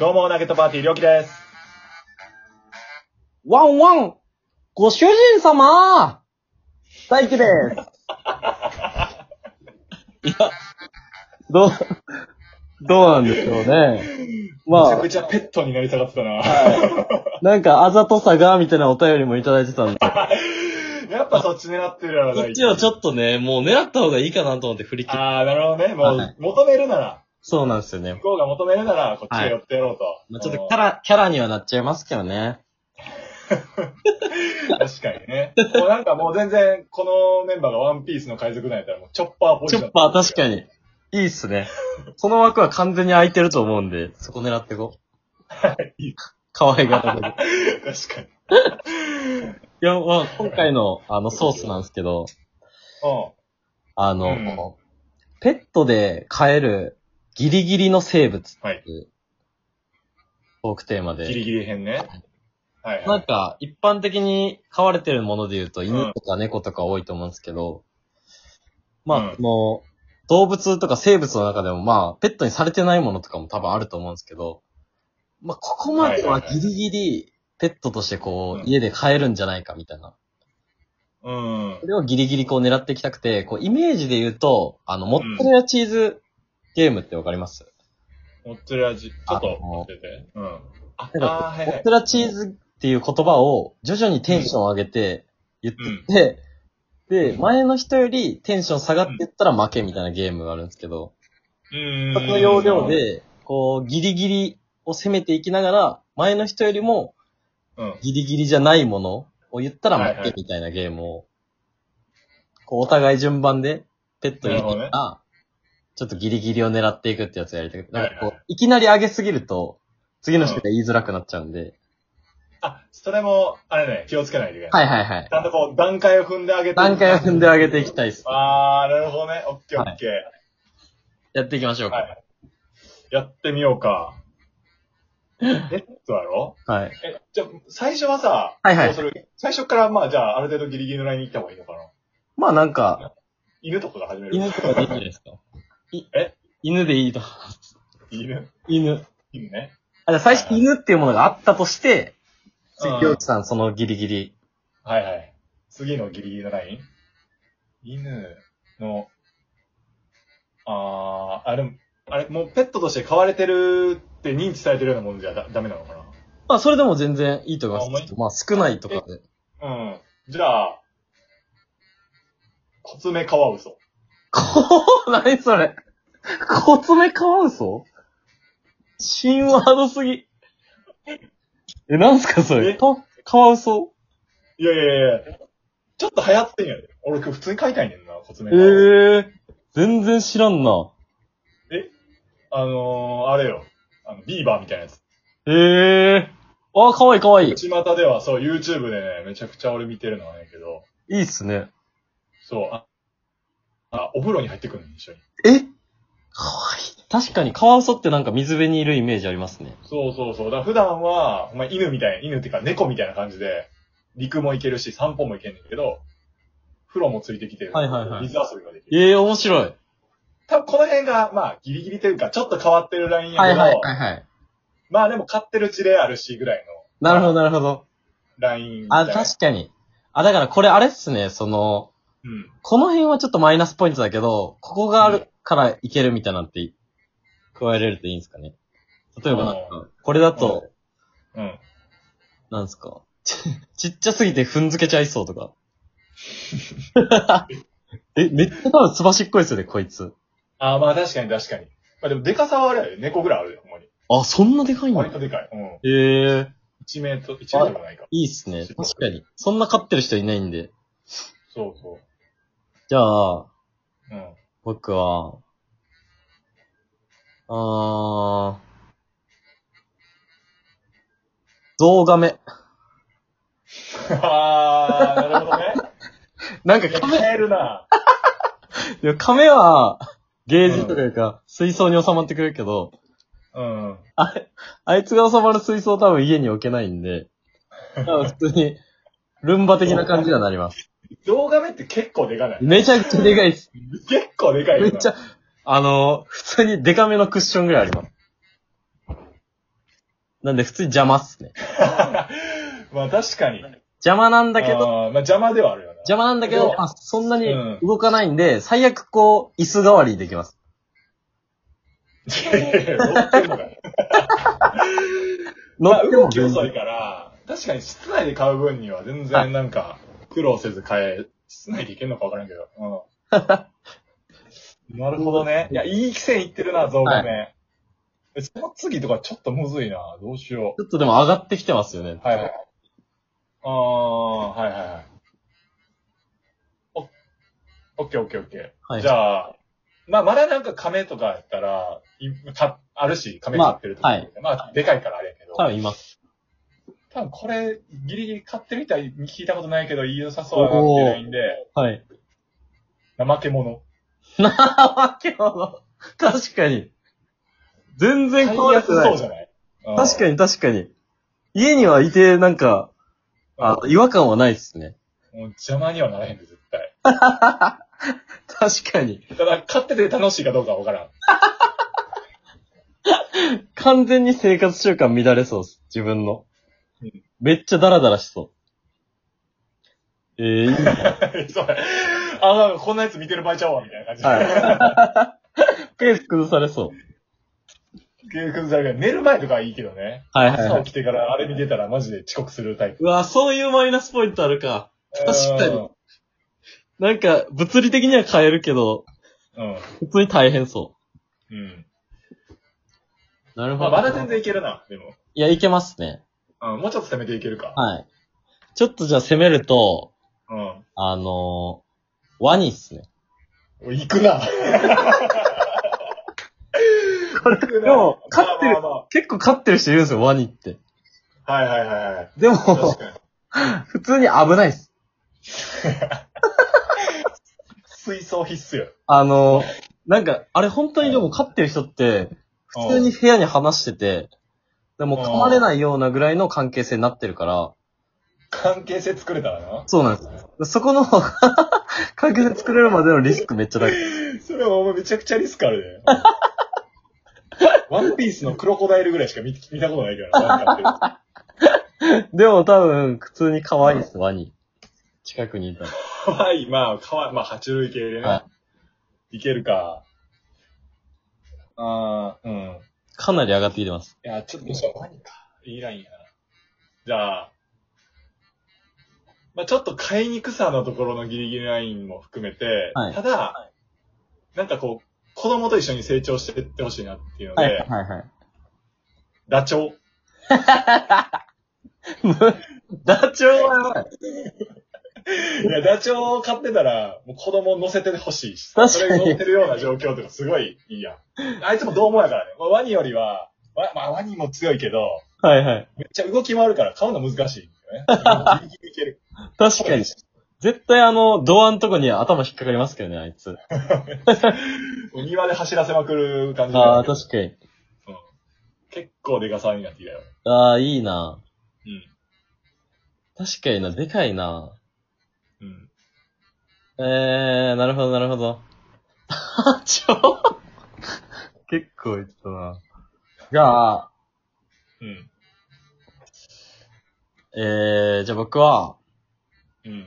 どうも、ナゲットパーティー、りょうきです。ワンワンご主人様大輝 です。どう、どうなんでしょうね。めちゃまくちゃペットになり下がってたな。あ、なんかあざとさが、みたいなお便りもいただいてたんで。やっぱそっち狙ってるよこなっちをちょっとね、もう狙った方がいいかなと思って振り切る。ああ、なるほどね。もはう、求めるなら、そうなんですよね向。こうが求めるなら、こっちが寄ってやろうと。まあ、ちょっとキャラ、キャラにはなっちゃいますけどね。うん確かにね。もうなんかもう全然、このメンバーがワンピースの海賊なんやったら、もうチョッパーポジチショョン。ッパー確かに。いいっすね。その枠は完全に空いてると思うんで、そこ狙ってこう。いい可愛がられる。に。確かに。いや、まあ、今回の、あの、ソースなんですけど、あの、うんペットで飼えるギリギリの生物っていう、トークテーマうで。ん。ギリギリ編ね。はいなはんい。か、一般的に飼われてるもので言うと、犬とか猫とか多いと思うんですけど、まうんあ、もう、動物とか生物の中でも、まあ、ペットにされてないものとかも多分あると思うんですけど、まあ、ここまではギリギリ、ペットとしてうこんう、家で飼えるんじゃないかみたいな。うんそ。れをギリギリこう狙っていきたくて、こう、イメージで言うと、あの、モッツァレラチーズゲームってわかります、持ってる味。ちょっとあの待ってて。うん。あなんかあー、はいモはいッツ。ァレラチーズっていう言葉を徐々にテンションを上げて言ってて、で、前の人よりテンション下がってったら負けみたいなゲームがあるんですけど、うんその要領、で、こう、ギリギリを攻めていきながら、前の人よりもうん。ギリギリじゃないものを言ったらはいは負いけみたいなゲームを、こう、お互い順番でペット入れてなかるら、ちょっとギリギリを狙っていくってやつをやりたくて、なんかはいこはう、いきなり上げすぎると、次の人が言いづらくなっちゃうんで、あ、それも、あれね、気をつけないといけない。はいはいはいち。ゃんとこう、段階を踏んであげて。段階を踏んであげていきたいです。あー、なるほどね。オッケーオッケー。やっていきましょうはか。い。やってみようか。えっとだろはい。え、じゃあ、最初はさ、はいはいどうする最初から、まあ、じゃあ、ある程度ギリギリのラインに行った方がいいのかなまあなんか、犬とかが始める。犬とかでいいんじゃないですか。いえ犬でいいと。犬。犬。犬ね。あ、じゃあ最初はいに犬っていうものがあったとして、次うん、りょうきさん、そのギリギリ。はいはい。次のギリギリのライン犬の、あー、あれ、あれ、もうペットとして飼われてるって認知されてるようなものじゃだダメなのかなまあそれでも全然いいと思いあまますあけど。まあ少ないとかで。うん。じゃあ、コツメカワウソ。こう、 何それ。コツメカワウソ神話のすぎ。え、なんすかそえれ。とカワウソいやいやいやちょっと流行ってんやで。俺今日普通に飼いたいねんな、コツメええカワウソ。ー、全然知らんな。あのー、あれよ。あの、ビーバーみたいなやつ。ええー。あ、かわいいかわいい。巷ではそう、YouTube でね、めちゃくちゃ俺見てるのはねんけど、いいっすね。そう、あ、あお風呂に入ってくるの、一緒に。えかわいい。確かにカワウソってなんか水辺にいるイメージありますね。そうそうそう。だから普段は、まあ、犬みたいな、犬っていうか猫みたいな感じで、陸も行けるし、散歩も行けんねんけど、風呂もついてきて、はいはいはい水遊びができる。ええー、面白い。多分この辺が、まあ、ギリギリというか、ちょっと変わってるラインやけど、いはい。まあでも買ってる事例あるし、ぐらいのなるほどなるほど。ラインみたいあ、な。確かに。あ、だからこれあれっすね、その、うん。この辺はちょっとマイナスポイントだけど、ここがあるからいけるみたいなんて、加えれるといいんですかね。例えばなんか、これだと、うん。なんですか。ち っちゃすぎて踏んづけちゃいそうとか。 え、めっちゃ多分すばしっこいっすよね、こいつ。ああ、まあ確かに確かに。まあでも、でかさはあれやで、猫ぐらいあるよ、ほんまに。あ、そんなでかいんだ割。とでかい。うん。ええ1メートル、1メートルもないか。いいっすね。確かに。そんな飼ってる人いないんで。そうそじゃあ、う。うん。僕は、あー、ゾウガメ。ああ、なるほど ね。なんかいやカメ、買えるな。いやカメは、ゲージというか、水槽に収まってくれるけど、うん。あいつが収まる水槽多分家に置けないんで、多分普通に、ルンバ的な感じにはなります。動画目って結構でかないめちゃくちゃでかいっす。結構でかいよめな。っちゃ、あの、普通にデカめのクッションぐらいあります。なんで普通に邪魔っすね。まあ確かに。邪魔なんだけあど、ーまあ邪魔ではあるよな。邪魔なんだけでど、もあ、そんなにうん動かないんで、最悪こう、椅子代わりにできます。いやいやいや乗ってんのかよ乗まあっても動き全遅い然。から、確かに室内で買う分には全然なんか、苦労せず買え、室内でいけんのかわからんけど。 うん。なるほどね。いや、いい線いってるな、増加ね。えその次とかちょっとむずいな。どうしよちょっとでも上がってきてますよね。う。はいはい。ああ、はいはいはい。お、オッケーオッケーオッケー。はい。じゃあ、まあ、まだなんか亀とかやったら、いかあるし、亀買ってるとか、まあはまあ、でかいからあれやけど、多分います。多分これ、ギリギリ買ってみたい、聞いたことないけど、良さそうだなってないんで、はい。怠け者。あ、今日の。確かに。全然買いやすそうじゃない確に。かに確かに。家にはいて、なんか、あう違和感はないっすね。んもう邪魔にはならへんで、絶対。確かに。ただ、買ってて楽しいかどうかはわからん。 完全に生活習慣乱れそうっす。自分のうん。めっちゃダラダラしそう。ええいいなそうあ、なんかこんなやつ見てる場合ちゃうわ、みたいな感じで。 はい。ペース崩されそう。結局さ寝る前とかはいいけどね。はいはいは朝い。起きてからあれ見てたらマジで遅刻するタイプ。うわ、そういうマイナスポイントあるか。確かにうんなんか、物理的には変えるけど、うん。普通に大変そうん。う。なるまあ、まだ全然いけるな、でも。いや、いけますね。うん、もうちょっと攻めていけるか。はい。ちょっとじゃあ攻めると、うん。あのー、ワニっすね。おい行くな。これ、 ででも、勝ってるまあ、ま結構勝ってる人いるんですよ、ワニって。あまあ、はいはいはいはい。でも、確かに。普通に危ないっす。水槽必須よ。あのー、なんか、あれ本当にでも勝ってる人って、普通に部屋に話してて、でも噛まれないようなぐらいの関係性になってるから、関係性作れたらな。そうなんです。そこの 関係性作れるまでのリスクめっちゃ高い。それはお前めちゃくちゃリスクあ るね。ワンピースのクロコダイルぐらいしか見見たことないからなワニ飼ってる。でも多分、普通に可愛いっす、ワニ。近くにいたら。かわいい、まあ、かわいい、まあ、爬虫類系でね。、はいけるか。ああ、うん。かなり上がってきてます。いや、ちょっと、ワニか。いいラインやな。じゃあ、まあちょっと買いにくさのところのギリギリラインも含めて、はいただ、なんかこう、子供と一緒に成長していってほしいなっていうので、はい、はい、はい。ダチョウ。ダチョウはやばい。いや、ダチョウを飼ってたら、もう子供を乗せてほしいし、確かそれにに乗ってるような状況とかすごいいいやん。あいつもどう思うやからね。まあワニよりは、わまあワニも強いけど、はいはい。めっちゃ動き回るから飼うの難しいんだよね。ギリ ギリいける。確かに。絶対あの、ドアのとこに頭引っかかりますけどね、あいつ。庭で走らせまくる感じだよねああ、確かに。結構でかさになってきたよ。ああ、いいな。うん。確かにな、でかいな。うん。えー、なるほど、なるほど。 ダチョウ結構いったな。じゃあ、うん。えー、じゃあ僕は、うん。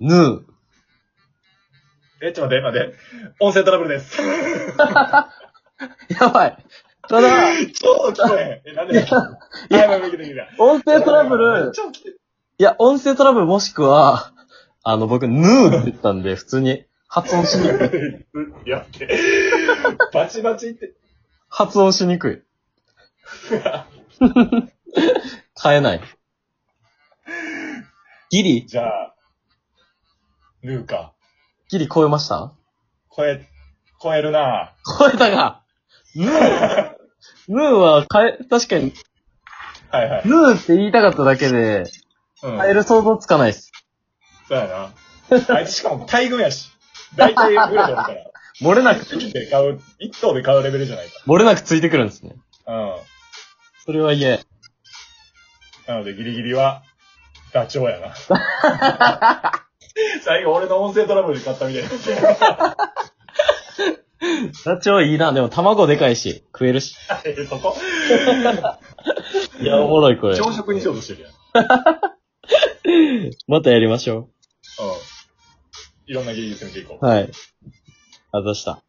ヌー。え、ちょっと待って、待って。音声トラブルです。やばい。ただ、超聞こえへん。え、なんでだいややばい、びっくりできた。音声トラブル、超聞こいや、音声トラブルもしくは、あの、僕、ヌーって言ったんで、普通に発音しにくい。えうんやって。バチバチって。発音しにくい。変えない。ギリじゃあ、ヌーか。ギリ超えました超え、超えるな超えたがヌーヌーは変え、確かに、はいはい。ヌーって言いたかっただけで、うん。変える想像つかないです。そうやな。あいつしかも大群やし。大体群れてるから。漏れなく、一で買う、一頭で買うレベルじゃないか漏れなくついてくるんですね。ら。うん。それは言え。 なのでギリギリは、ダチョウやな。最後俺の音声トラブルで買ったみたいになって。ダチョウいいな。でも卵でかいし、食えるし。えそ こいや、おもろいこれ。朝食にしようとしてるやん。うん。またやりましょいろんな芸術見ていこう。う。はい。あざした。